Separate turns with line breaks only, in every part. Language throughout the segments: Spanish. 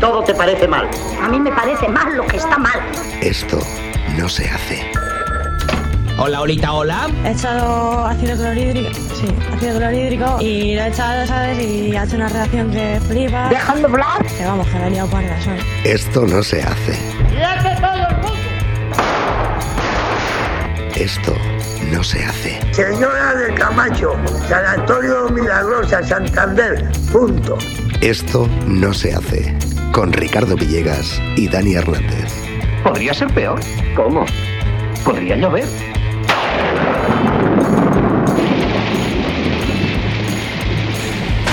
Todo te parece mal.
A mí me parece mal lo que está mal.
Esto no se hace.
Hola, Olita, hola.
He echado ácido clorhídrico, sí, ácido clorhídrico y lo he echado, ¿sabes? Y ha hecho una reacción que flipa.
Dejando hablar.
Que vamos, que la he liado parda, ¿sabes?
Esto no se hace.
¡Y hace todo el mundo!
Esto no se hace.
Señora de Camacho, Sanatorio Milagrosa, Santander, punto.
Esto no se hace. Con Ricardo Villegas y Dani Hernández.
¿Podría ser peor?
¿Cómo?
¿Podría llover?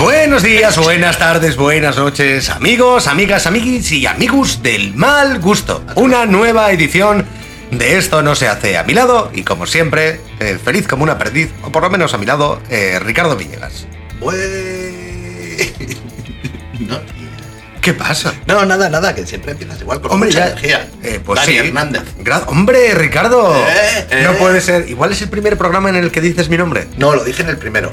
Buenos días, buenas tardes, buenas noches, amigos, amigas, amiguis y amigos del mal gusto. Una nueva edición de Esto no se hace a mi lado y como siempre, eh, feliz como una perdiz, o por lo menos a mi lado, eh, Ricardo Villegas.
no,
¿Qué pasa?
no, nada, nada, que siempre empiezas igual con
Hombre,
mucha
ya-
energía.
eh, pues
Dani
sí.
Hernández.
Gra- Hombre, Ricardo.
Eh, eh.
No puede ser. Igual es el primer programa en el que dices mi nombre.
No, lo dije en el primero.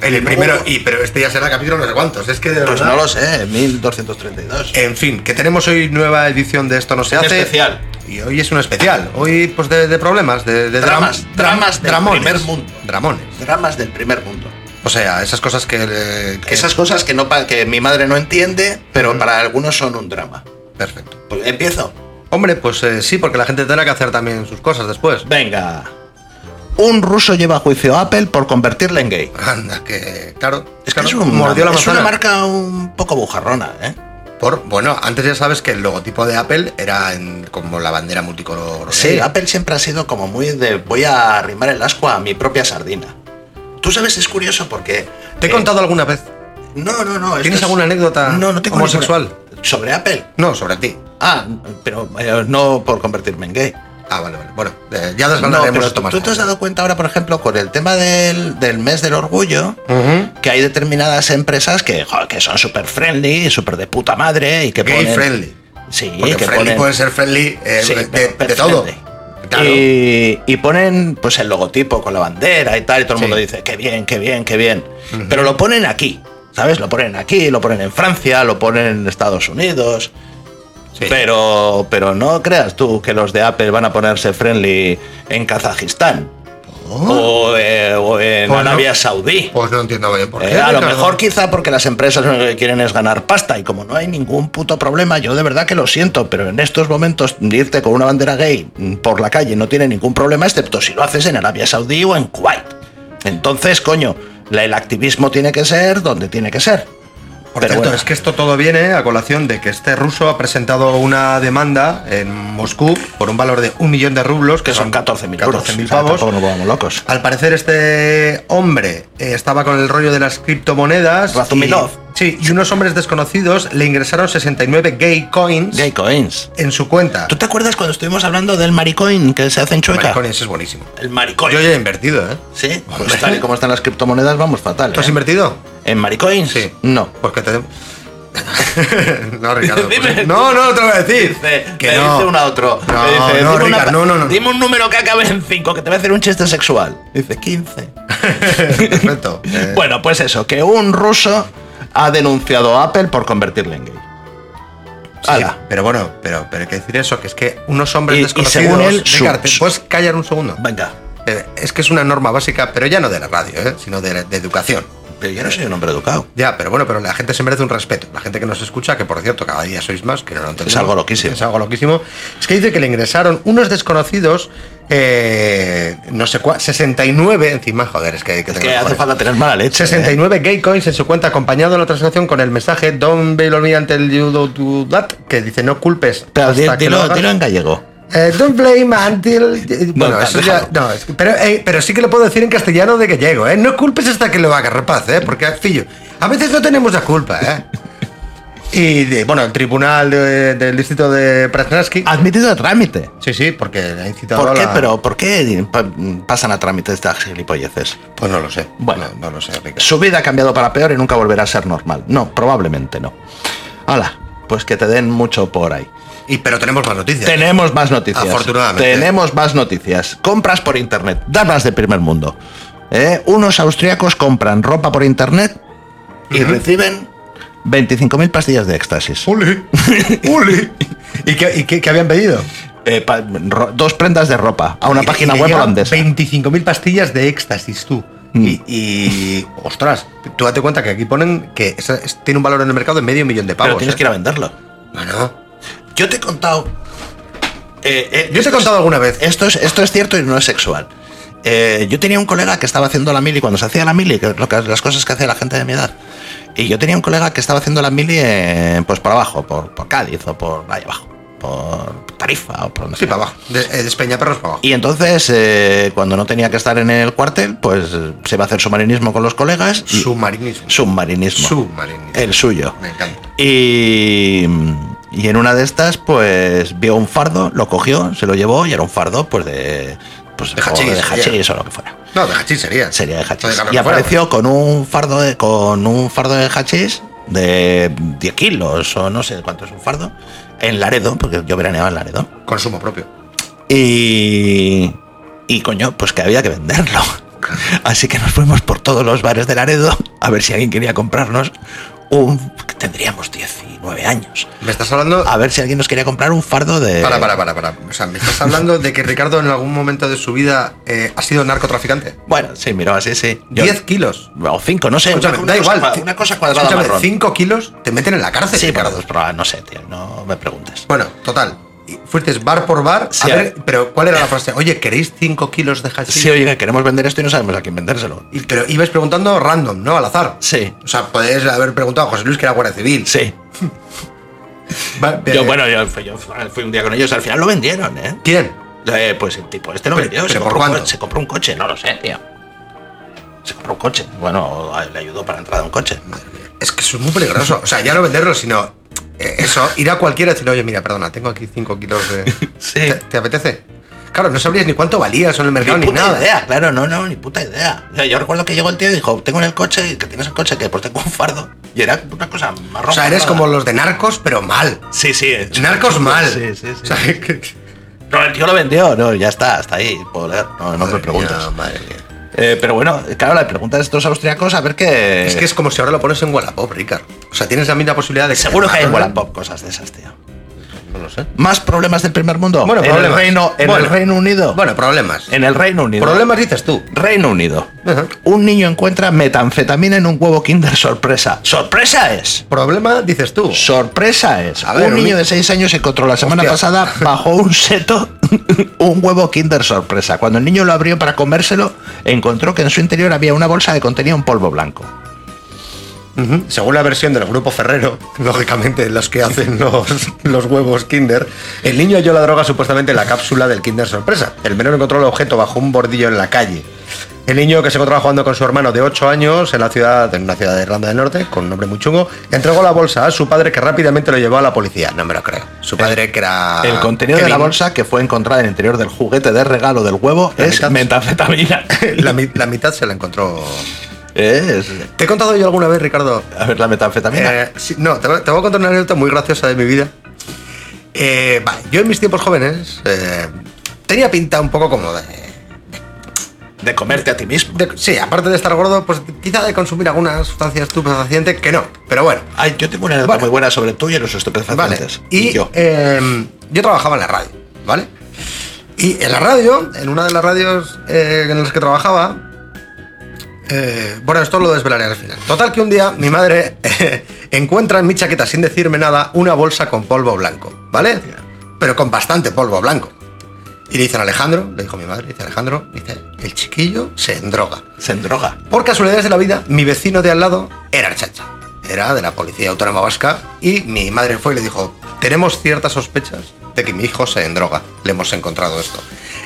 En el primero.
No.
Y pero este ya será capítulo no sé cuántos. Es que de
Pues
verdad- Eh,
no lo sé, 1232.
En fin, que tenemos hoy nueva edición de Esto no se
Un
hace.
especial.
Y hoy es un especial. Hoy, pues de, de problemas, de, de
Dramas,
dram-
dramas del
dramones.
primer mundo.
Dramones.
Dramas del primer mundo.
O sea, esas cosas que. eh, que-
Esas cosas que, no, pa- que mi madre no entiende, pero para algunos son un drama.
Perfecto.
Pues empiezo.
Hombre, pues eh, sí, porque la gente tendrá que hacer también sus cosas después.
Venga. Un ruso lleva a juicio a Apple por convertirla en gay.
Anda, que. Claro.
Es que
claro,
es, un-
mordió la
es una
manzana.
marca un poco bujarrona, ¿eh?
Por, bueno, antes ya sabes que el logotipo de Apple era en- como la bandera multicolor.
Sí,
Eh,
Apple siempre ha sido como muy de voy a arrimar el asco a mi propia sardina. Tú sabes, es curioso porque...
¿Te he
eh,
contado alguna vez?
No, no, no. esto
¿Tienes alguna anécdota
no, no tengo
homosexual?
ninguna. ¿Sobre Apple?
No, sobre ti.
Ah, pero eh, no por convertirme en gay.
Ah, vale, vale. Bueno, eh, ya
No,
desgranaremos
pero
esto
tú,
más.
tú te has
tarde.
dado cuenta ahora, por ejemplo, con el tema del, del mes del orgullo,
Ujú.
que hay determinadas empresas que, jo, que son súper friendly, súper de puta madre y que
Gay
ponen...
friendly.
Sí,
Porque
que
friendly
ponen...
puede ser friendly eh,
Sí,
de,
pero-
de- de
pero
todo.
friendly.
Claro.
Y, y ponen pues el logotipo con la bandera y tal, y todo el
Sí.
mundo dice, qué bien, qué bien, qué bien. Pero lo ponen aquí, ¿sabes? Lo ponen aquí, lo ponen en Francia, lo ponen en Estados Unidos.
Sí.
Pero, pero no creas tú que los de Apple van a ponerse friendly en Kazajistán o, eh, o en
Pues no.
Arabia Saudí.
Pues no entiendo bien por qué.
Eh, a lo
Ricardo.
mejor quizá porque las empresas lo que quieren es ganar pasta y como no hay ningún puto problema, yo de verdad que lo siento, pero en estos momentos irte con una bandera gay mm, por la calle no tiene ningún problema excepto si lo haces en Arabia Saudí o en Kuwait. Entonces, coño, la- el activismo tiene que ser donde tiene que ser.
Por
Pero
cierto,
bueno.
es que esto todo viene a colación de que este ruso ha presentado una demanda en Moscú por un valor de un millón de rublos,
que son 14.000 euros.
14.000
O sea,
pavos.
Tampoco nos volvamos locos.
Al parecer este hombre eh, estaba con el rollo de las criptomonedas.
Razumilov.
y- Sí, y unos hombres desconocidos le ingresaron 69 gay coins
Gay coins.
en su cuenta.
¿Tú te acuerdas cuando estuvimos hablando del maricoin que se hace en Chueca?
Gay coins es buenísimo.
El maricoin.
Yo ya he invertido, ¿eh?
Sí,
Hombre.
pues tal y como están las criptomonedas, vamos fatal.
¿Tú has
¿eh?
invertido?
¿En maricoins?
Sí.
No.
Pues que te... no, Ricardo. pues-
Dime.
no, no, te lo voy a decir.
Dice,
que
le
no.
dice uno a otro.
No,
le dice,
no,
"Dime
Ricard,
pa-
no, no, no.
Dime un número que acabe en 5, que te voy a hacer un chiste sexual. Dice 15.
Perfecto. Eh,
Bueno, pues eso, que un ruso ha denunciado a Apple por convertirle en gay.
sí,
ala.
pero bueno, pero, pero hay que decir eso, que es que unos hombres
Y- y
desconocidos...
según él, su-
Ricardo, ¿te
su-
¿puedes callar un segundo?
Venga.
Eh, es que es una norma básica, pero ya no de la radio, ¿eh? sino de, de educación.
Pero yo no soy un hombre educado.
Ya, pero bueno, pero la gente se merece un respeto. La gente que nos escucha, que por cierto cada día sois más, que no lo entendemos.
Es algo loquísimo.
Es algo loquísimo. Es que dice que le ingresaron unos desconocidos, eh, no sé cuál, 69 encima, joder, es que, hay que
Es
tener
que hace
cojones.
falta tener mala leche. ¿eh?
69 gay coins en su cuenta acompañado de la transacción con el mensaje Don't be lonely until you do- do that, que dice no culpes.
Pero di-
hasta que lo
dilo,
hagas".
dilo en gallego.
Eh, don't blame until. eh, Bueno,
No,
eso ya.
déjalo.
No, es que- pero, eh, pero sí que lo puedo decir en castellano de gallego, ¿eh? No culpes hasta que lo haga, rapaz, ¿eh? Porque, fillo, a veces no tenemos la culpa, ¿eh? Y de- bueno, el tribunal de- del distrito de Prasnaski.
Admitido a trámite.
Sí, sí, porque ha incitado
Ah. ¿Por
a
qué?
la-
Pero, ¿por qué pa- pasan a trámite estas gilipolleces?
Pues no lo sé.
Bueno.
no, no lo sé, Ricardo.
Su vida ha cambiado para peor y nunca volverá a ser normal. No, probablemente no. Hala, pues que te den mucho por ahí.
Y, pero tenemos más noticias.
Tenemos más noticias.
Afortunadamente.
Tenemos más noticias. Compras por internet. Damas de primer mundo. ¿Eh? Unos austriacos compran ropa por internet y reciben 25.000 pastillas de éxtasis.
¡Ole! ¡Ole! ¿Y, qué, y qué- qué habían pedido?
Eh, pa- ro- dos prendas de ropa a una
Y-
página
y le
web
llegan
holandesa.
25.000 pastillas de éxtasis, tú.
Mm.
Y, y- ostras, tú date cuenta que aquí ponen que esa- es- tiene un valor en el mercado de medio millón de pavos.
Pero tienes
¿eh?
que ir a venderlo.
No, no.
Yo te he contado. eh, eh,
Yo te he contado alguna vez.
Esto es, esto es cierto y no es sexual. Eh, yo tenía un colega que estaba haciendo la mili cuando se hacía la mili, que es lo que- las cosas que hace la gente de mi edad. Y yo tenía un colega que estaba haciendo la mili eh, pues para abajo, por, por Cádiz o por ahí abajo, por Tarifa o por donde
Sí,
sea.
para abajo. De, eh, Despeñaperros para abajo.
Y entonces, eh, cuando no tenía que estar en el cuartel, pues eh, se va a hacer submarinismo con los colegas. y-
Submarinismo.
submarinismo.
Submarinismo.
el suyo.
Me encanta.
Y, y en una de estas, pues vio un fardo, lo cogió, se lo llevó y era un fardo, pues de. Pues,
De
o
hachís,
de hachís
sería.
o lo que fuera.
No, de hachís sería.
Sería de
O
hachís.
carne
Y
fuera,
apareció con un fardo de, con un fardo de hachís de 10 kilos o no sé cuánto es un fardo. En Laredo, porque yo veraneaba en Laredo.
pues, Consumo propio.
Y. Y coño, pues que había que venderlo. Así que nos fuimos por todos los bares de Laredo a ver si alguien quería comprarnos un. Tendríamos 19 años.
Me estás hablando.
A ver si alguien nos quería comprar un fardo de.
Para, para, para, para. O sea, me estás hablando de que Ricardo en algún momento de su vida eh, ha sido narcotraficante.
Bueno, sí, miró así, sí. Yo-
10 kilos.
O 5, no sé.
Escúchame,
Eh, una-
da
una cosa
igual.
cua-
ci-
Una cosa cuadrada
escúchame,
marrón.
cinco kilos te meten en la cárcel,
sí, para
Ricardo.
dos, pero Ah, no sé, tío. No me preguntes.
Bueno, total. y Fuiste bar por bar.
Sí,
a
a
ver,
ver.
pero ¿cuál era la frase? Oye, ¿queréis 5 kilos de hachís?
Sí, oye, que queremos vender esto y no sabemos a quién vendérselo.
Y- pero ibas preguntando random, ¿no? Al azar.
Sí.
O sea, podés haber preguntado a José Luis que era guardia civil.
Sí.
Va- eh,
Yo, bueno, yo, fui- yo fui un día con ellos. Al final lo vendieron, ¿eh?
¿Quién?
Eh, pues el tipo este lo
Pero-
vendió. Se
pero
compró,
¿por
un
cuánto?
coche, se compró un coche, no lo sé, tío. Se compró un coche. Bueno, a- le ayudó para entrar a un coche.
Es que eso es muy peligroso. O sea, ya no venderlo, sino eh, eso, ir a cualquiera y decir, oye, mira, perdona, tengo aquí 5 kilos de.
Sí.
¿Te, te apetece? Claro, no sabrías ni cuánto valías en el mercado
ni
ni,
puta
nada.
idea, claro, no, no, ni puta idea. O sea, yo recuerdo que llegó el tío y dijo, tengo en el coche, ¿y ¿qué tienes el coche? que Pues tengo un fardo. Y era una cosa marrón.
O sea, eres
marrada.
como los de narcos, pero mal.
Sí, sí. eh.
Narcos mal.
Sí, sí, sí.
O sea, que-
No, el tío lo vendió, no, ya está, hasta ahí. poder. No, no
Madre
me preguntas.
mía, madre mía.
Eh, pero bueno, claro, la pregunta de estos austriacos, a ver qué...
Es que es como si ahora lo pones en Wallapop, Ricardo. O sea, tienes la misma posibilidad de que.
Seguro que hay en
Perdona,
Wallapop cosas de esas, tío.
No lo sé.
Más problemas del primer mundo. en
problemas.
el Reino, en
Bueno,
el Reino Unido.
Bueno, problemas.
en el Reino Unido.
Problemas dices tú.
Reino Unido.
Ajá.
Un niño encuentra metanfetamina en un huevo Kinder sorpresa. Sorpresa es.
Problema dices tú.
Sorpresa es.
A ver,
un
un
niño
ni-
de 6 años se encontró la semana
Hostia.
pasada bajo un seto un huevo Kinder sorpresa. Cuando el niño lo abrió para comérselo, encontró que en su interior había una bolsa que contenía un polvo blanco.
Ujú. Según la versión del grupo Ferrero, lógicamente los que hacen los, los huevos Kinder, el niño halló la droga supuestamente en la cápsula del Kinder Sorpresa. El menor encontró el objeto bajo un bordillo en la calle. El niño que se encontraba jugando con su hermano de 8 años en la ciudad, en una ciudad de Irlanda del Norte, con un nombre muy chungo, entregó la bolsa a su padre que rápidamente lo llevó a la policía. No me lo creo. Su padre que era...
El contenido de la
Kevin,
bolsa que fue encontrada en el interior del juguete de regalo del huevo
La
es
mitad.
metanfetamina.
La, mi- la mitad se la encontró...
Es-
¿Te he contado yo alguna vez, Ricardo,
a ver, la metanfetamina.
Eh, sí, no, te, voy- te voy a contar una anécdota muy graciosa de mi vida. Eh, vale, yo en mis tiempos jóvenes eh, tenía pinta un poco como de,
de comerte a ti mismo.
de- Sí, aparte de estar gordo, pues quizá de consumir alguna sustancia estupefaciente que no, pero bueno.
Ay, yo tengo una anécdota
Vale.
muy buena sobre tú y los
Vale.
estupefacientes.
Y,
yo.
eh, yo trabajaba en la radio, ¿vale? Y en la radio, en una de las radios eh, en las que trabajaba, eh, bueno, esto lo desvelaré al final. Total que un día mi madre eh, encuentra en mi chaqueta, sin decirme nada, una bolsa con polvo blanco, ¿vale? Pero con bastante polvo blanco. Y le dicen a Alejandro, le dijo mi madre, dice Alejandro, dice, el chiquillo se endroga.
Se droga.
Por casualidades de la vida, mi vecino de al lado era el chacha. Era de la Policía Autónoma Vasca y mi madre fue y le dijo, tenemos ciertas sospechas de que mi hijo se endroga. Le hemos encontrado esto.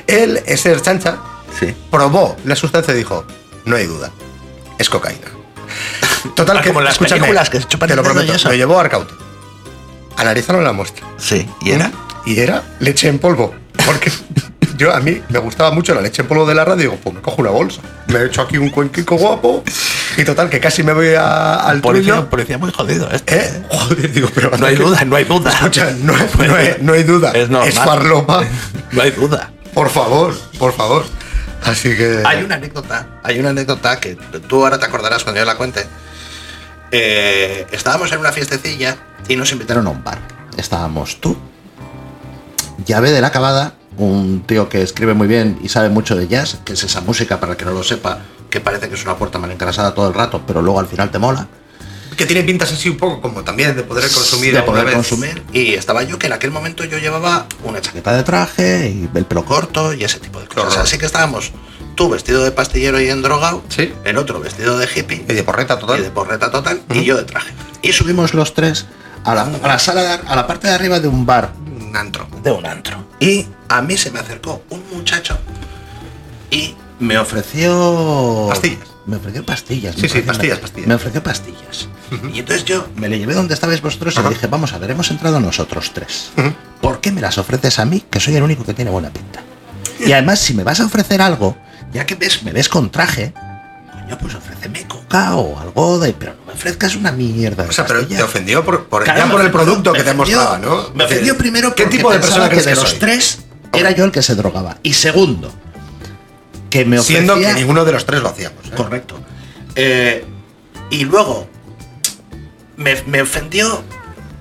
Él, ese el chancha, probó la sustancia y dijo, no hay duda, es cocaína. Total
Ah,
que,
como en las
escúchame,
películas que se chupan
te
el
lo
dedo y
prometo,
eso.
lo llevó a Arcaute. Analizaron la muestra.
Sí. ¿Y era?
Y era leche en polvo. Porque yo a mí me gustaba mucho la leche en polvo de la radio. Digo, pues me cojo una bolsa. Me he hecho aquí un cuenquico guapo. Y total, que casi me voy a- al
Policía,
tuyo.
un policía muy jodido este.
¿Eh? Joder, digo, pero
No hay
que-
duda, no hay duda.
Escucha, no, hay- no hay, no hay duda.
Es normal.
farlopa.
No hay duda.
Por favor, por favor. Así que.
Hay una anécdota, hay una anécdota que tú ahora te acordarás cuando yo la cuente, eh, estábamos en una fiestecilla y nos invitaron a un bar. Estábamos tú, Llave de la Cabada, un tío que escribe muy bien y sabe mucho de jazz, que es esa música, para el que no lo sepa, que parece que es una puerta mal encarasada todo el rato, pero luego al final te mola.
Que tiene pintas así un poco como también de poder consumir.
de
alguna
poder
vez.
consumir. Y estaba yo que en aquel momento yo llevaba una chaqueta de traje y el pelo corto y ese tipo de
Qué
cosas.
horror.
Así que estábamos tú vestido de pastillero y endrogado,
Sí.
el otro vestido de hippie
Y de porreta total.
y de porreta total y yo de traje. Y subimos los tres a la, a la sala, de- a la parte de arriba de un bar,
Un antro.
de un antro. Y a mí se me acercó un muchacho y me ofreció
Pastillas.
Me ofreció pastillas.
Sí,
me
sí,
ofreció-
pastillas, pastillas.
Me ofreció pastillas. Y entonces yo me le llevé donde estabais vosotros y le dije, vamos a ver, hemos entrado nosotros tres. ¿Por qué me las ofreces a mí, que soy el único que tiene buena pinta? Y además, si me vas a ofrecer algo, ya que ves, me ves con traje, coño, pues ofréceme coca o algo de... Pero no me ofrezcas una mierda de
O sea, pero
pastillas.
te ofendió por, por,
Claro,
ya
me
por el
ofendió,
producto
me
que te hemos
ofendió.
dado, ¿no?
Me ofendió primero
¿Qué
porque
tipo de persona
pensaba
crees
que
que
de los
soy?
tres era yo el que se drogaba. Y segundo, que me ofrecía...
Siendo que ninguno de los tres lo hacíamos. ¿eh?
Correcto. Eh, y luego me, me ofendió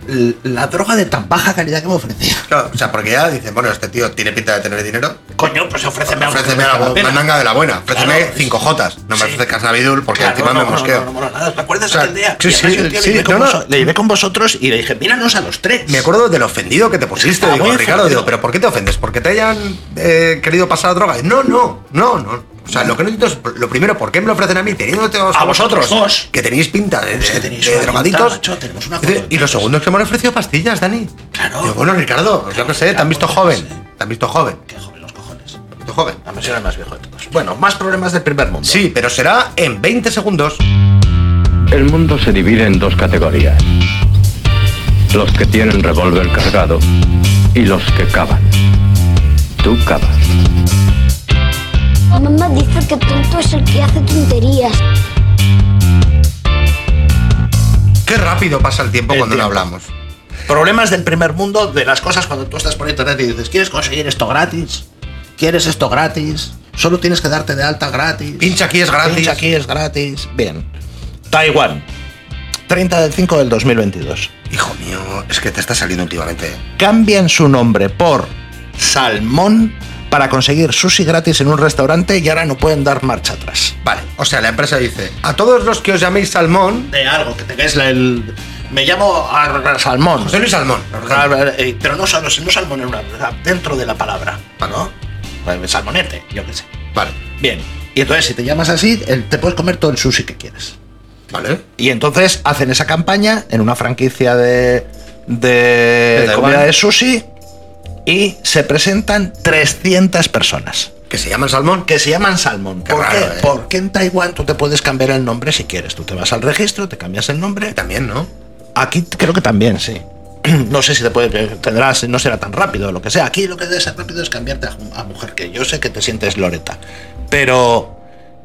l- la droga de tan baja calidad que me ofrecía.
Claro, o sea, porque ya dicen, bueno, este tío tiene pinta de tener dinero.
Coño, pues ofréceme algo. que
Ofréceme
merezca la
algo,
pena.
mandanga de la buena. Ofréceme
Claro,
5 jotas. No me
sí.
ofrezcas Navidul porque
Claro,
encima
no,
me
no,
mosqueo.
no, no, no, nada. ¿Te acuerdas
O sea,
aquel día?
sí,
Y además
sí,
yo, tío,
sí,
le, llevé con
no, no.
vos- le llevé con vosotros y le dije, míranos a los tres.
Me acuerdo del ofendido que te pusiste.
Estaba
Digo,
Ah, muy
Ricardo,
ofendido.
digo, ¿pero por qué te ofendes? ¿Porque te hayan eh, querido pasar drogas? No, no, no, no. O sea, lo que no entiendo es, lo primero, ¿por qué me lo ofrecen a mí teniéndote
A vosotros dos.
Que tenéis pinta de,
Es que
de-
tenéis
de
una pinta,
drogaditos.
macho, tenemos una
Dice,
foto
y lo
juntos.
segundo es que me han ofrecido pastillas, Dani.
Claro.
Digo, bueno, Ricardo, pues yo qué sé, te han visto
Claro,
joven.
sí.
Te han visto joven.
Qué joven los cojones.
Te han visto joven.
A era el más viejo de todos. Bueno, más problemas del primer mundo.
Sí, pero será en 20 segundos.
El mundo se divide en dos categorías. Los que tienen revólver cargado y los que cavan. Tú cavas.
Mamá dice que tonto es el que hace tonterías.
Qué rápido pasa el tiempo
El
cuando no
tiempo.
hablamos.
Problemas del primer mundo de las cosas cuando tú estás por internet y dices, ¿quieres conseguir esto gratis? ¿Quieres esto gratis? Solo tienes que darte de alta gratis.
Pincha aquí es gratis.
Pincha aquí es gratis. Bien. Taiwán. 30 del 5 del 2022.
Hijo mío, es que te está saliendo últimamente.
¿eh? Cambian su nombre por Salmón para conseguir sushi gratis en un restaurante y ahora no pueden dar marcha atrás.
Vale, o sea, la empresa dice, a todos los que os llaméis Salmón,
De algo que tengáis la- el... Me llamo Ar- Salmón.
José Luis Salmón,
Ah, eh, Pero no, sal- no salmón en una, dentro de la palabra.
Ah, ¿no?
Eh, Salmonete, yo qué sé.
Vale,
Bien. Y entonces, si te llamas así, el- te puedes comer todo el sushi que quieres.
vale.
Y entonces hacen esa campaña en una franquicia de, de,
Taiwán.
comida de sushi y se presentan 300 personas
Que se llaman Salmón,
que se llaman Salmon.
Qué
¿Por
raro,
qué?
eh.
Porque en Taiwán tú te puedes cambiar el nombre si quieres. Tú te vas al registro, te cambias el nombre.
también, ¿no?
Aquí creo que también, sí. No sé si te puede, tendrás, no será tan rápido o lo que sea. Aquí lo que debe ser rápido es cambiarte a, a mujer, que yo sé que te sientes Loreta. Pero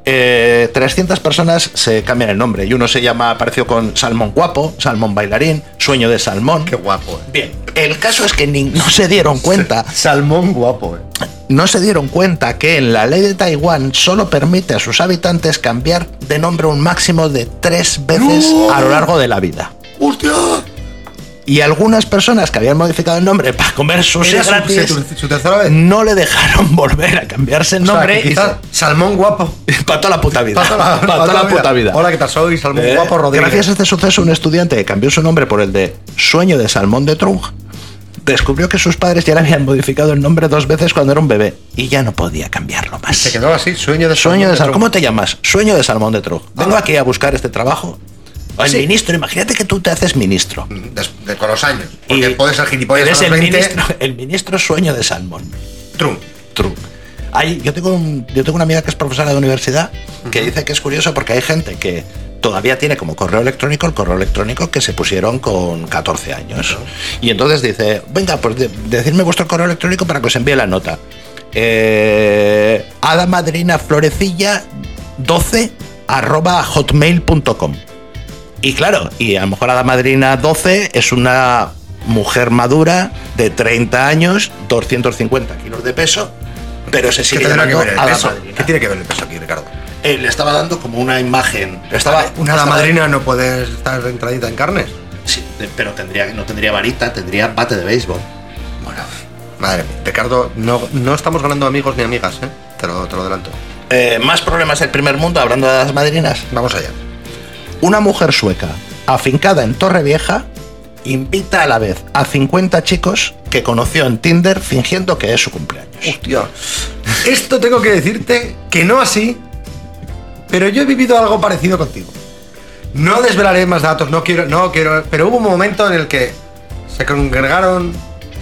eh, 300 personas se cambian el nombre y uno se llama, apareció con Salmón Guapo, Salmón Bailarín, Sueño de Salmón.
Qué guapo, eh.
Bien, el caso es que ni- no se dieron cuenta
Salmón guapo, eh.
no se dieron cuenta que en la ley de Taiwán solo permite a sus habitantes cambiar de nombre un máximo de tres veces a lo largo de la vida. Y algunas personas que habían modificado el nombre para comer sushi
Era su,
gratis
su- su tercera vez.
no le dejaron volver a cambiarse el
O sea,
nombre
que quizás Salmón guapo.
y para toda la puta vida. Pa' toda la puta vida.
Hola, ¿qué tal? Soy Salmón
Eh,
guapo Rodríguez.
Gracias a este suceso, un estudiante que cambió su nombre por el de Sueño de Salmón de Trung descubrió que sus padres ya le habían modificado el nombre dos veces cuando era un bebé y ya no podía cambiarlo más.
Se quedó así, sueño de
Sueño de
Trump.
Salmón. ¿Cómo te llamas? Sueño de Salmón de Trug. Vengo aquí a buscar este trabajo. Oye,
Sí.
ministro, imagínate que tú te haces ministro.
Des- de- con los años. Porque
Y
puedes ser gilipollas
eres
a los
el
20.
ministro, el ministro Sueño de Salmón.
Trump.
Trug. Hay- yo, tengo un- yo tengo una amiga que es profesora de universidad que dice que es curioso porque hay gente que todavía tiene como correo electrónico el correo electrónico que se pusieron con 14 años. Y entonces dice, venga, pues de- decidme vuestro correo electrónico para que os envíe la nota. Eh, Ada Madrina Florecilla 12 arroba hotmail.com. Y claro, y a lo mejor Ada Madrina 12 es una mujer madura de 30 años, 250 kilos de peso, pero se
¿Qué
sigue
tendrá que
llamando
ver el
Ada
peso?
Madrina.
¿Qué tiene que ver el peso aquí, Ricardo?
eh, le estaba dando como una imagen. le Estaba,
Una
estaba-
madrina no puede estar entradita en carnes.
Sí, de- pero tendría, no tendría varita, tendría bate de béisbol.
Bueno, madre mía. Ricardo, no, no estamos ganando amigos ni amigas, ¿eh? Te lo, te lo adelanto.
Eh, más problemas del primer mundo, hablando de las madrinas.
Vamos allá.
Una mujer sueca, afincada en Torrevieja, invita a la vez a 50 chicos que conoció en Tinder fingiendo que es su cumpleaños.
Hostia. Esto tengo que decirte que no así, pero yo he vivido algo parecido contigo. No desvelaré más datos, no quiero, no quiero, pero hubo un momento en el que se congregaron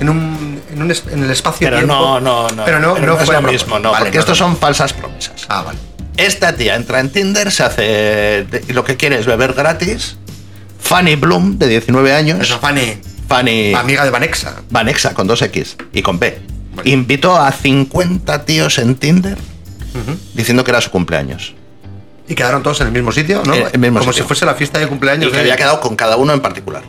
en un, en, un es- en el espacio
Pero no, no, no.
Pero no, no,
es
fue
lo
a propósito.
mismo, no,
Vale,
porque
no,
estos
no.
son falsas promesas.
Ah, vale.
Esta tía entra en Tinder, se hace de- lo que quiere es beber gratis. Fanny Bloom, de 19 años.
Eso, Fanny,
Fanny
amiga de Vanexa.
Vanexa, con dos X y con B.
Vale.
Invitó a 50 tíos en Tinder diciendo que era su cumpleaños.
Y quedaron todos en el mismo sitio, ¿no?
En el mismo
Como
sitio.
si fuese la fiesta de cumpleaños.
Y que
de-
había quedado con cada uno en particular.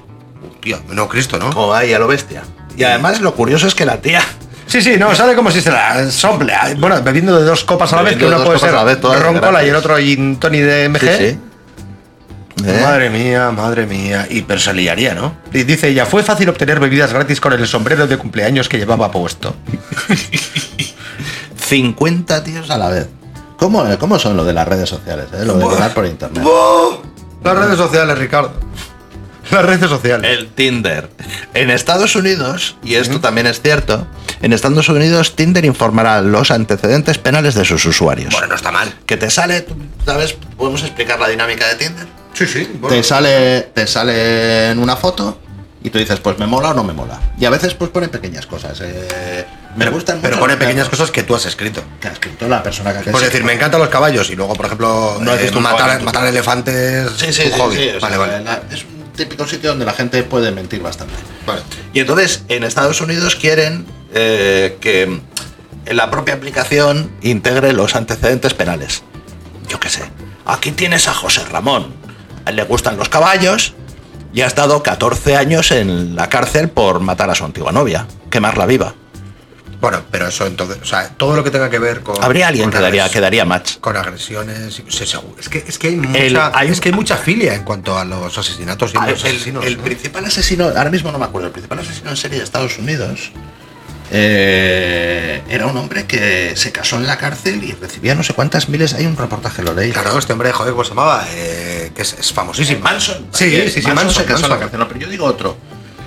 Hostia, no, Cristo, ¿no?
Como ahí a lo bestia. Y además lo curioso es que la tía
Sí, sí, no, sale como si se la sople. ah, Bueno, bebiendo de dos copas a la vez, que
Bebiendo de
uno puede
dos copas
ser
a la vez, todas
roncola
gratis.
y el otro gin tony de MG.
¿Eh?
Madre mía, madre mía. Y pero se liaría, ¿no? Y dice ella, fue fácil obtener bebidas gratis con el sombrero de cumpleaños que llevaba puesto.
50 tíos a la vez. ¿Cómo, cómo son lo de las redes sociales? eh? Lo de ligar por internet.
Las redes sociales, Ricardo. Las redes sociales.
El Tinder. En Estados Unidos, y esto también es cierto, en Estados Unidos Tinder informará los antecedentes penales de sus usuarios.
no está mal.
Que te sale, tú, ¿sabes? ¿Podemos explicar la dinámica de Tinder?
Sí, sí. bueno.
Te sale, te sale en una foto y tú dices, pues me mola o no me mola. Y a veces pues pone pequeñas cosas. eh, me gustan
Pero
mucho
pone
los
pequeñas
perros
cosas que tú has escrito.
que ha escrito la persona que ha
Por decir, me encantan los caballos y luego, por ejemplo,
No
eh,
haces tu
matar,
hobby.
matar elefantes
Sí, sí,
un
sí,
hobby.
sí, o sea,
vale, vale,
la- es un típico sitio donde la gente puede mentir bastante.
vale.
Y entonces en Estados Unidos quieren eh, que la propia aplicación integre los antecedentes penales. Yo qué sé. Aquí tienes a José Ramón. A él le gustan los caballos y ha estado 14 años en la cárcel por matar a su antigua novia, quemarla viva.
Bueno, pero eso entonces, o sea, todo lo que tenga que ver con.
Habría alguien
con
que daría,
agres-
que daría match.
Con agresiones, y- sí, seguro. Es que, es que hay mucha,
El- hay-
es que hay mucha filia en cuanto a los asesinatos y
Ah,
los
el,
asesinos.
el
¿no?
principal asesino, ahora mismo no me acuerdo, el principal asesino en serie de Estados Unidos eh, era un hombre que se casó en la cárcel y recibía no sé cuántas miles. Hay un reportaje, lo leí.
Claro, este hombre, joder, ¿cómo se llamaba? Eh, que es, es famosísimo.
Manson.
Sí, sí, sí, Manson,
se casó en la
Manson.
cárcel. No, pero yo digo otro.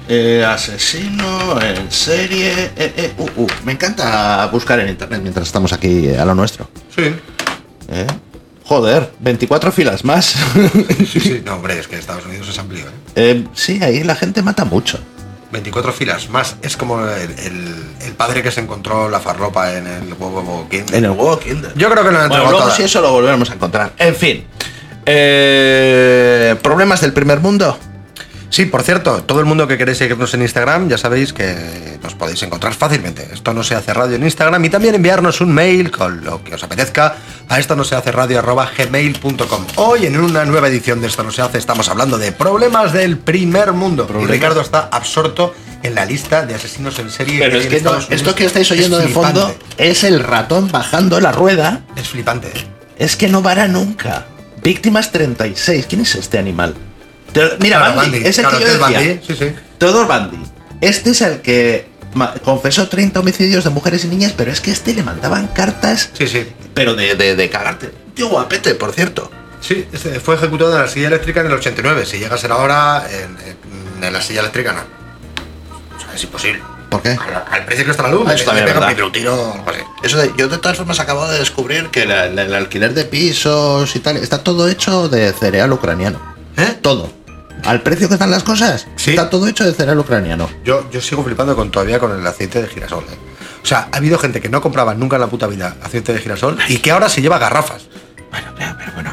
Eh, asesino en serie. eh, eh, uh, uh. Me encanta buscar en internet mientras estamos aquí eh, a lo nuestro.
Sí,
¿eh? Joder, 24 filas más.
sí, sí. No, hombre, es que Estados Unidos es amplio, ¿eh?
Eh, sí, ahí la gente mata mucho.
24 filas más. Es como el, el- el padre que se encontró la farropa en el huevo Kinder.
En el huevo Kinder.
Yo creo que no la
Bueno,
entregó
luego
toda.
si eso lo volveremos a encontrar. En fin. Eh, ¿Problemas del primer mundo?
Sí, por cierto, todo el mundo que queréis seguirnos en Instagram, ya sabéis que nos podéis encontrar fácilmente. Esto no se hace radio en Instagram y también enviarnos un mail con lo que os apetezca a esto no se hace radio arroba gmail.com. Hoy en una nueva edición de Esto no se hace estamos hablando de problemas del primer mundo. Y Ricardo está absorto en la lista de asesinos en serie.
Pero
hay
es
en
que no,
Estados Unidos.
esto que estáis
Es
oyendo de
flipante,
fondo es el ratón bajando la rueda.
Es flipante. ¿eh?
Es que no para nunca. Víctimas 36. ¿Quién es este animal? Te- Mira,
Claro,
Bundy,
Bundy,
este es el
claro,
que yo
Ted
decía.
Bundy, sí, sí.
Teodor Bundy. Este es el que ma- confesó 30 homicidios de mujeres y niñas, pero es que a este le mandaban cartas,
Sí, sí.
pero de, de, de cagarte. Tío guapete, por cierto.
Sí, este fue ejecutado en la silla eléctrica en el 89. Si llega a ser ahora, en, en- en la silla eléctrica no. O sea, es imposible.
¿Por qué?
Al, al precio que está la luz,
Ah, eso
le-
también
le
es
pega
verdad.
un tiro o algo así.
Eso de- yo de todas formas acabo de descubrir que la- la- el alquiler de pisos y tal está todo hecho de cereal ucraniano.
¿Eh?
Todo. Al precio que están las cosas,
Sí.
está todo hecho de cereal ucraniano.
Yo, yo sigo flipando con todavía con el aceite de girasol. ¿eh? O sea, ha habido gente que no compraba nunca en la puta vida aceite de girasol y que ahora se lleva garrafas.
Bueno, pero, pero bueno.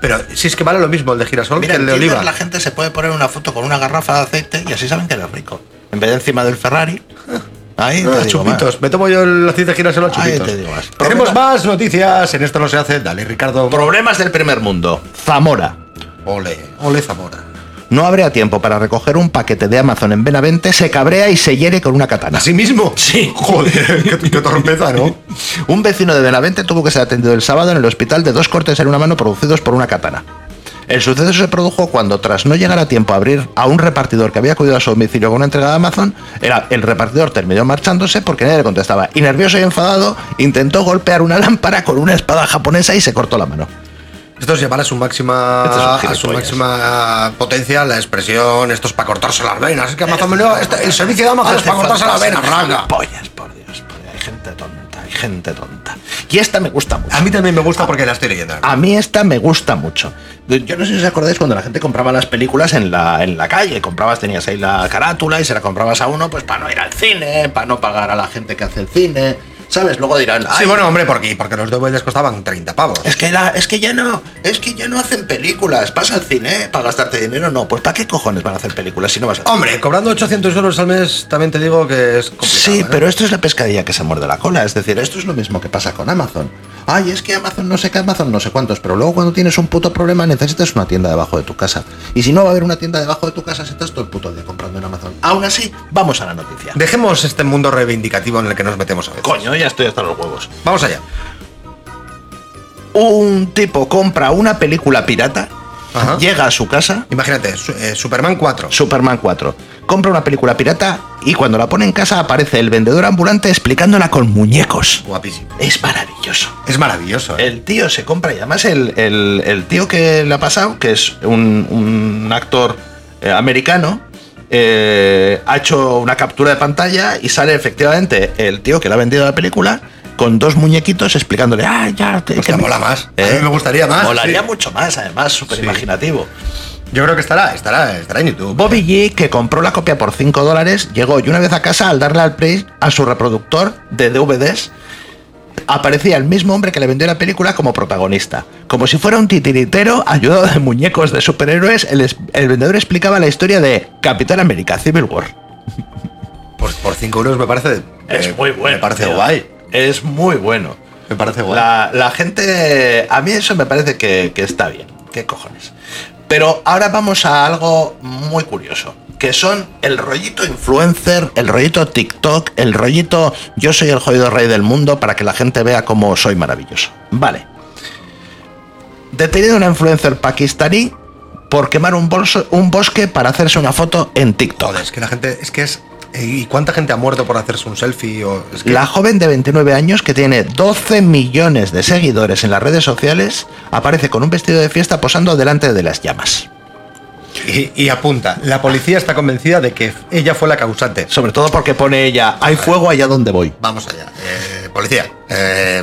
Pero si es que vale lo mismo el de girasol que
Mira,
el
en
de
Tinder
oliva.
la gente se puede poner una foto con una garrafa de aceite y así saben que eres rico. En vez de encima del Ferrari. Ahí
Ah,
te digo
chupitos,
más.
me tomo yo el aceite de girasol a
Ahí
chupitos.
te digo más.
Tenemos
Problema-
más noticias, en esto no se hace. Dale, Ricardo.
Problemas del primer mundo. Zamora.
Ole, ole Zamora.
no habría tiempo para recoger un paquete de Amazon en Benavente, se cabrea y se hiere con una katana.
¿Así mismo? Sí. Joder, qué, qué torpeza, ¿no?
Un vecino de Benavente tuvo que ser atendido el sábado en el hospital de dos cortes en una mano producidos por una katana. El suceso se produjo cuando, tras no llegar a tiempo a abrir a un repartidor que había acudido a su domicilio con una entrega de Amazon, era- el repartidor terminó marchándose porque nadie le contestaba. Y nervioso y enfadado, intentó golpear una lámpara con una espada japonesa y se cortó la mano.
Esto es llevar a su máxima,
Este es un
a su
gilipollas.
máxima potencia la expresión, esto es para cortarse las venas. Es que Amazon me lo- este- el servicio de Amazon es para cortarse las venas, ranga.
Pollas, por Dios, por Dios, Hay gente tonta, hay gente tonta. Y esta me gusta mucho.
A mí también me gusta porque la estoy leyendo.
A mí esta me gusta mucho. Yo no sé si os acordáis cuando la gente compraba las películas en la, en la calle. Comprabas, tenías ahí la carátula y se la comprabas a uno, pues para no ir al cine, para no pagar a la gente que hace el cine. ¿Sabes? Luego dirán,
Sí,
"Ay,
bueno, hombre, porque, porque los DVDs costaban 30 pavos.
es que, la- es que ya no, es que ya no hacen películas. Vas al cine para gastarte dinero, no. Pues ¿para qué cojones van a hacer películas si no vas a
Hombre, cobrando 800 euros al mes, también te digo que es complicado.
Sí,
¿eh?
pero esto es la pescadilla que se muerde la cola. Es decir, esto es lo mismo que pasa con Amazon. Ay, es que Amazon no sé qué, Amazon no sé cuántos, pero luego cuando tienes un puto problema necesitas una tienda debajo de tu casa. Y si no va a haber una tienda debajo de tu casa, si estás todo el puto día comprando en Amazon. Aún así, vamos a la noticia.
Dejemos este mundo reivindicativo en el que nos metemos a veces.
Coño, ya estoy hasta los huevos.
Vamos allá.
Un tipo compra una película pirata,
Ajá.
llega a su casa,
Imagínate, su- eh, Superman 4.
Superman 4, compra una película pirata y cuando la pone en casa aparece el vendedor ambulante explicándola con muñecos.
Guapísimo.
Es maravilloso.
Es maravilloso. ¿eh?
El tío se compra y además el, el- el tío que le ha pasado, que es un, un actor eh, americano, eh, ha hecho una captura de pantalla y sale efectivamente el tío que le ha vendido la película con dos muñequitos explicándole, ah, ya, te, ¿Eh?
Hostia, mola más. A mí me gustaría más,
Molaría
sí.
mucho más, además, súper imaginativo.
Yo creo que estará, estará, estará en YouTube.
Bobby G, que compró la copia por 5 dólares, llegó y una vez a casa, al darle al play a su reproductor de DVDs, aparecía el mismo hombre que le vendió la película como protagonista. Como si fuera un titiritero ayudado de muñecos de superhéroes, el, es- el vendedor explicaba la historia de Capitán América Civil War.
Por, por 5 euros me parece. eh, Me parece guay.
Es muy bueno.
Me parece guay.
La, la gente. A mí eso me parece que, que está bien. ¿Qué cojones? Pero ahora vamos a algo muy curioso. Que son el rollito influencer, el rollito TikTok, el rollito yo soy el jodido rey del mundo para que la gente vea cómo soy maravilloso. Vale. Detenido una influencer pakistaní por quemar un, bolso, un bosque para hacerse una foto en TikTok.
Joder, es que la gente. Es que es. eh, ¿Y cuánta gente ha muerto por hacerse un selfie? O, es que-
La joven de 29 años que tiene 12 millones de seguidores en las redes sociales aparece con un vestido de fiesta posando delante de las llamas.
y, y apunta. La policía está convencida de que ella fue la causante.
Sobre todo porque pone ella, hay fuego allá donde voy.
Vamos allá. Eh, policía. eh,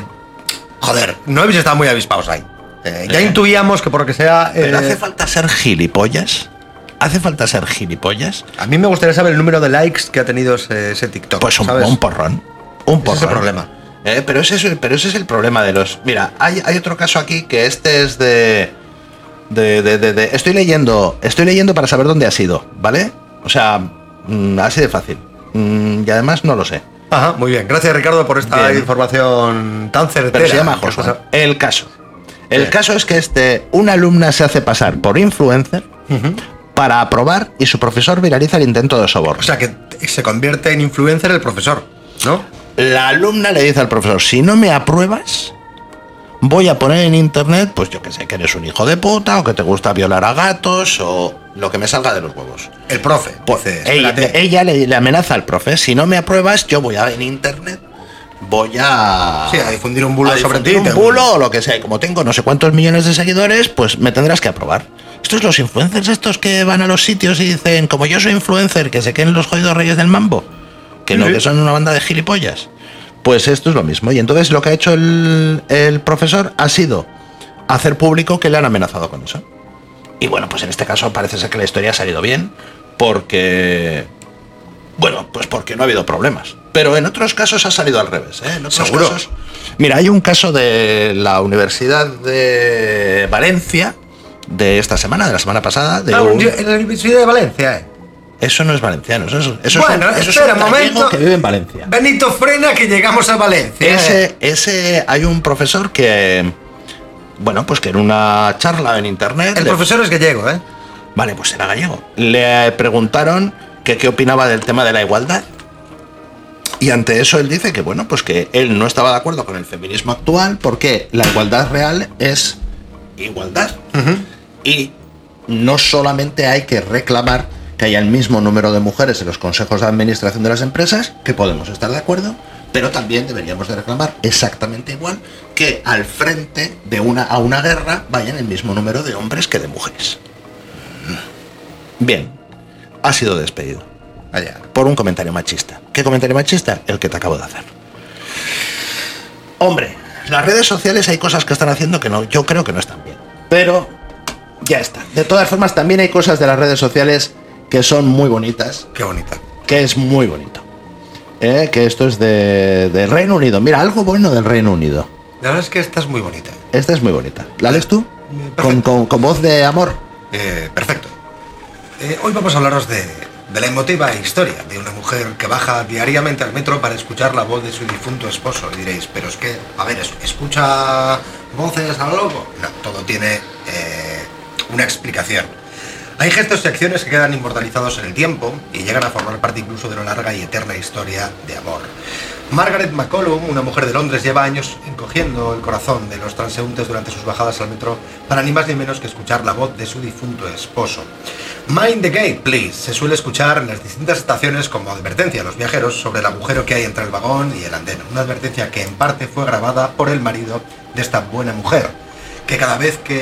joder, no habéis estado muy avispados ahí. Eh, ya
Eh.
intuíamos que por lo que sea.
Pero
eh,
hace falta ser gilipollas. Hace falta ser gilipollas.
a mí me gustaría saber el número de likes que ha tenido ese, ese TikTok.
Pues un,
¿sabes?
un porrón. Un
Ese
porrón.
es el problema.
Eh, pero, ese es el, pero ese es el problema de los. Mira, hay, hay otro caso aquí que este es de. De, de- de- de- Estoy leyendo. Estoy leyendo para saber dónde ha sido, ¿vale? O sea, mm, así de fácil. Mm, y además no lo sé.
Ajá, muy bien. Gracias, Ricardo, por esta
Bien.
información tan certera.
Pero se llama
Que
Josué.
cosa-
El caso. El
Bien.
caso es que este, una alumna se hace pasar por influencer para aprobar y su profesor viraliza el intento de soborno.
O sea, que t- se convierte en influencer el profesor, ¿no?
La alumna le dice al profesor, si no me apruebas, voy a poner en internet, pues yo que sé, que eres un hijo de puta, o que te gusta violar a gatos, o lo que me salga de los huevos.
El profe.
Pues,
dice,
ella,
espérate.
ella le, le amenaza al profe, si no me apruebas, yo voy a en internet, voy a...
Sí, a difundir un bulo
a
sobre
difundir
ti,
Un
te-
bulo o lo que sea, y como tengo no sé cuántos millones de seguidores, pues me tendrás que aprobar. Estos los influencers estos que van a los sitios y dicen, como yo soy influencer, que se queden los jodidos reyes del mambo, que no,
Sí.
que son una banda de gilipollas. Pues esto es lo mismo. Y entonces lo que ha hecho el, el profesor ha sido hacer público que le han amenazado con eso. Y bueno, pues en este caso parece ser que la historia ha salido bien, porque. Bueno, pues porque no ha habido problemas. Pero en otros casos ha salido al revés. ¿eh? En otros
Seguro.
casos- Mira, hay un caso de la Universidad de Valencia de esta semana, de la semana pasada. De
Ah,
un-
yo- en la Universidad de Valencia, eh.
Eso no es valenciano, eso es, eso es
Bueno,
un- eso es
espera
un
un
gallego
momento.
que vive en Valencia.
Benito frena que llegamos a Valencia. eh.
Ese, ese, hay un profesor que, bueno, pues que en una charla en internet,
El
le-
profesor es gallego, ¿eh?
Vale, pues era gallego. Le preguntaron que qué opinaba del tema de la igualdad. Y ante eso él dice que bueno, pues que él no estaba de acuerdo con el feminismo actual porque la igualdad real es igualdad. Y no solamente hay que reclamar que haya el mismo número de mujeres en los consejos de administración de las empresas, que podemos estar de acuerdo, pero también deberíamos de reclamar exactamente igual que al frente de una a una guerra vayan el mismo número de hombres que de mujeres. Bien, ha sido despedido
Vaya.
por un comentario machista. ¿Qué comentario machista? El que te acabo de hacer. Hombre, las redes sociales hay cosas que están haciendo que no, yo creo que no están bien. Pero ya está. De todas formas, también hay cosas de las redes sociales que son muy bonitas,
Qué bonita.
que es muy bonito. Eh, Que esto es de, de Reino Unido. Mira, algo bueno del Reino Unido.
La verdad es que esta es muy bonita.
Esta es muy bonita. ¿La lees tú?
Perfecto.
Con, con- con voz de amor.
Eh, perfecto. Eh, hoy vamos a hablaros de, de la emotiva historia de una mujer que baja diariamente al metro para escuchar la voz de su difunto esposo. Y diréis, pero es que, a ver, es- ¿escucha voces a lo loco? No, todo tiene eh, una explicación. Hay gestos y acciones que quedan inmortalizados en el tiempo y llegan a formar parte incluso de una larga y eterna historia de amor. Margaret McCollum, una mujer de Londres, lleva años encogiendo el corazón de los transeúntes durante sus bajadas al metro para ni más ni menos que escuchar la voz de su difunto esposo. Mind the gate, please. Se suele escuchar en las distintas estaciones como advertencia a los viajeros sobre el agujero que hay entre el vagón y el andén. Una advertencia que en parte fue grabada por el marido de esta buena mujer, que cada vez que,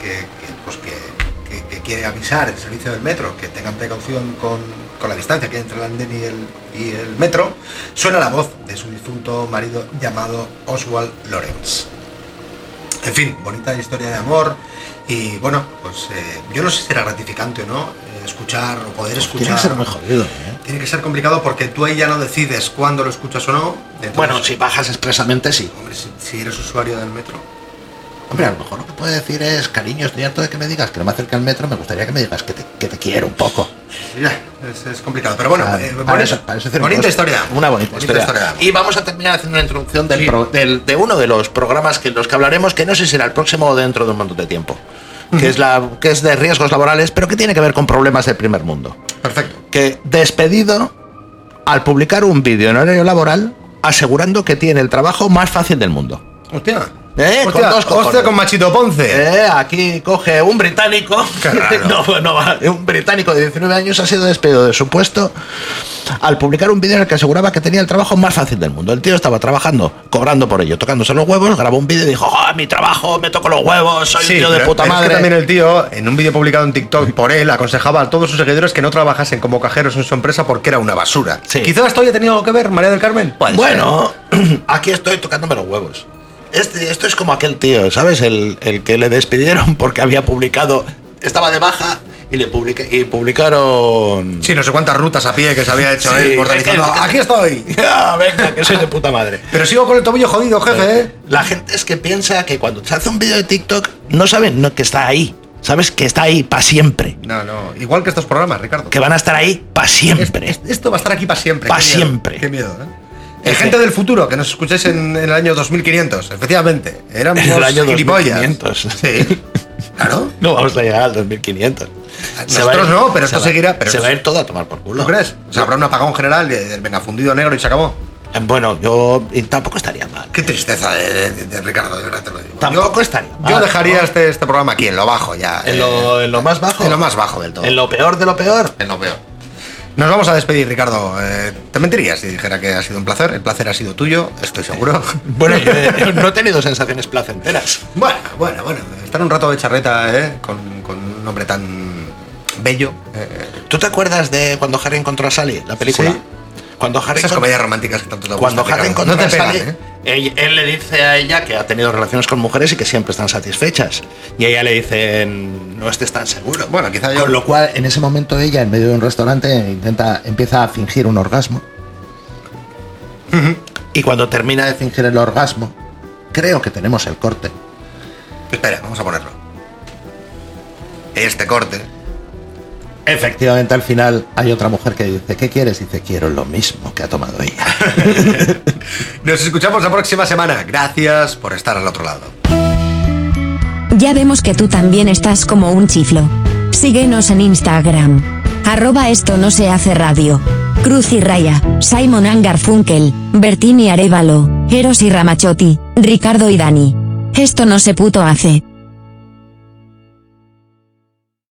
que- que, pues que que, que quiere avisar el servicio del metro que tengan precaución con, con la distancia que hay entre el andén y el, y el metro, suena la voz de su difunto marido llamado Oswald Lawrence. En fin, bonita historia de amor y bueno, pues eh, yo no sé si era gratificante o no eh, escuchar o poder escuchar.
Pues Tiene que ser muy jodido, ¿eh?
Tiene que ser complicado porque tú ahí ya no decides cuándo lo escuchas o no. entonces,
Bueno, si bajas expresamente, sí.
Hombre, si, si eres usuario del metro.
Hombre, a lo mejor lo que puede decir es, cariño, estoy harto de que me digas que no me acerque al metro, me gustaría que me digas que te, que te quiero un poco.
Ya, es, es complicado. Pero bueno,
Ah,
eh,
para
bonita,
eso- para eso hacer un
bonita
post.
historia.
Una bonita, historia.
de amor.
Y vamos a terminar haciendo una introducción del
Sí.
pro- del- de uno de los programas que en los que hablaremos, que no sé si será el próximo o dentro de un montón de tiempo. Que es, la, que es de riesgos laborales, pero que tiene que ver con problemas del primer mundo.
Perfecto.
que despedido al publicar un vídeo en horario laboral asegurando que tiene el trabajo más fácil del mundo.
Hostia.
Eh, con
hostia,
dos cojones.
hostia, con Machito Ponce.
Eh, aquí coge un británico,
Qué raro.
no, no va, un británico de 19 años ha sido despedido de su puesto al publicar un vídeo en el que aseguraba que tenía el trabajo más fácil del mundo. El tío estaba trabajando, cobrando por ello, tocándose los huevos, grabó un vídeo y dijo, "Ah, mi trabajo, me toco los huevos, soy un tío de
pero
puta
es que
madre.
también el tío, en un vídeo publicado en TikTok por él, aconsejaba a todos sus seguidores que no trabajasen como cajeros en su empresa porque era una basura.
Sí.
Quizás esto haya tenido algo que ver, María del Carmen.
Bueno, aquí estoy tocándome los huevos. Este, esto es como aquel tío, ¿sabes? El, el que le despidieron porque había publicado, estaba de baja y le publica- y publicaron.
Sí, no sé cuántas rutas a pie que se había hecho
Sí,
él, mortalizando.
aquel-
Aquí estoy.
Ah, venga, que soy de puta madre.
Pero sigo con el tobillo jodido, jefe. ¿eh?
La gente es que piensa que cuando se hace un vídeo de TikTok no saben no, que está ahí, sabes que está ahí para siempre,
No, no. Igual que estos programas, Ricardo.
que van a estar ahí para siempre.
Es- es- esto va a estar aquí para siempre.
Pa'
Qué miedo,
siempre.
Qué miedo, ¿eh? Eh,
Efe.
gente del futuro, que nos escucháis en, en el año 2500, efectivamente. Éramos
En el año
gilipollas.
2500.
Sí. Claro.
No vamos a llegar al 2500.
Nosotros
Se va a ir-
no, pero
se
esto
va-
seguirá, pero
se
es-
va a ir todo a tomar por culo.
¿Lo crees? O sea, habrá un apagón general de- del venga fundido negro y se acabó.
Eh, Bueno, yo y tampoco estaría mal.
Qué tristeza de, de- de Ricardo, de verdad te lo digo.
Tampoco
yo,
estaría
Yo
mal,
dejaría
¿no?
este, este programa aquí, en lo bajo ya.
En
eh,
lo, en lo más bajo.
en lo más bajo del todo.
En lo peor de lo peor.
En lo peor. Nos vamos a despedir, Ricardo. Eh, te mentiría si dijera que ha sido un placer. El placer ha sido tuyo, estoy seguro.
Bueno, yo, yo no he tenido sensaciones placenteras.
Bueno, bueno, bueno. Estar un rato de charreta, ¿eh? Con, con un hombre tan bello. eh,
¿Tú te acuerdas de cuando Harry encontró a Sally, la película?
Sí.
Cuando Harry
esas
encont-
comedias románticas que tanto te
cuando
gustan,
Harry
Ricardo.
encontró
No
a
te
Sally,
pegan, ¿eh?
él, él le dice a ella que ha tenido relaciones con mujeres y que siempre están satisfechas. Y a ella le dicen, no estés tan seguro.
Bueno, quizá yo-
Con lo cual, en ese momento ella, en medio de un restaurante, intenta, empieza a fingir un orgasmo. Y cuando termina de fingir el orgasmo, creo que tenemos el corte.
Espera, vamos a ponerlo. Este corte.
Efectivamente, al final hay otra mujer que dice, ¿qué quieres? Dice, quiero lo mismo que ha tomado ella.
Nos escuchamos la próxima semana. Gracias por estar al otro lado.
Ya vemos que tú también estás como un chiflo. Síguenos en Instagram. Arroba esto no se hace radio. Cruz y Raya, Simon Angarfunkel, Bertini Arevalo, Eros y Ramachotti, Ricardo y Dani. Esto no se puto hace.